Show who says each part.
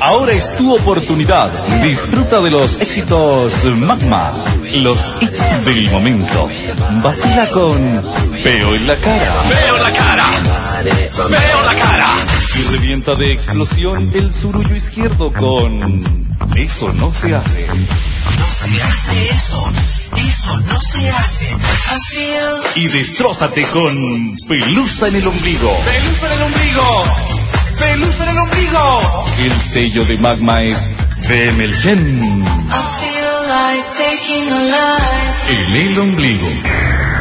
Speaker 1: Ahora es tu oportunidad. Disfruta de los éxitos Magma, los hits del momento. Vacila con Veo en la cara.
Speaker 2: Veo la cara. Veo la cara.
Speaker 1: Y revienta de explosión el surullo izquierdo con Eso no se hace.
Speaker 2: No se hace eso. Eso no se hace. Así es.
Speaker 1: Y destrózate con Pelusa en el ombligo.
Speaker 2: Pelusa en el ombligo. Pelusa en el ombligo.
Speaker 1: El sello de Magma es Demelgen.
Speaker 3: I feel like taking a life.
Speaker 1: En el ombligo.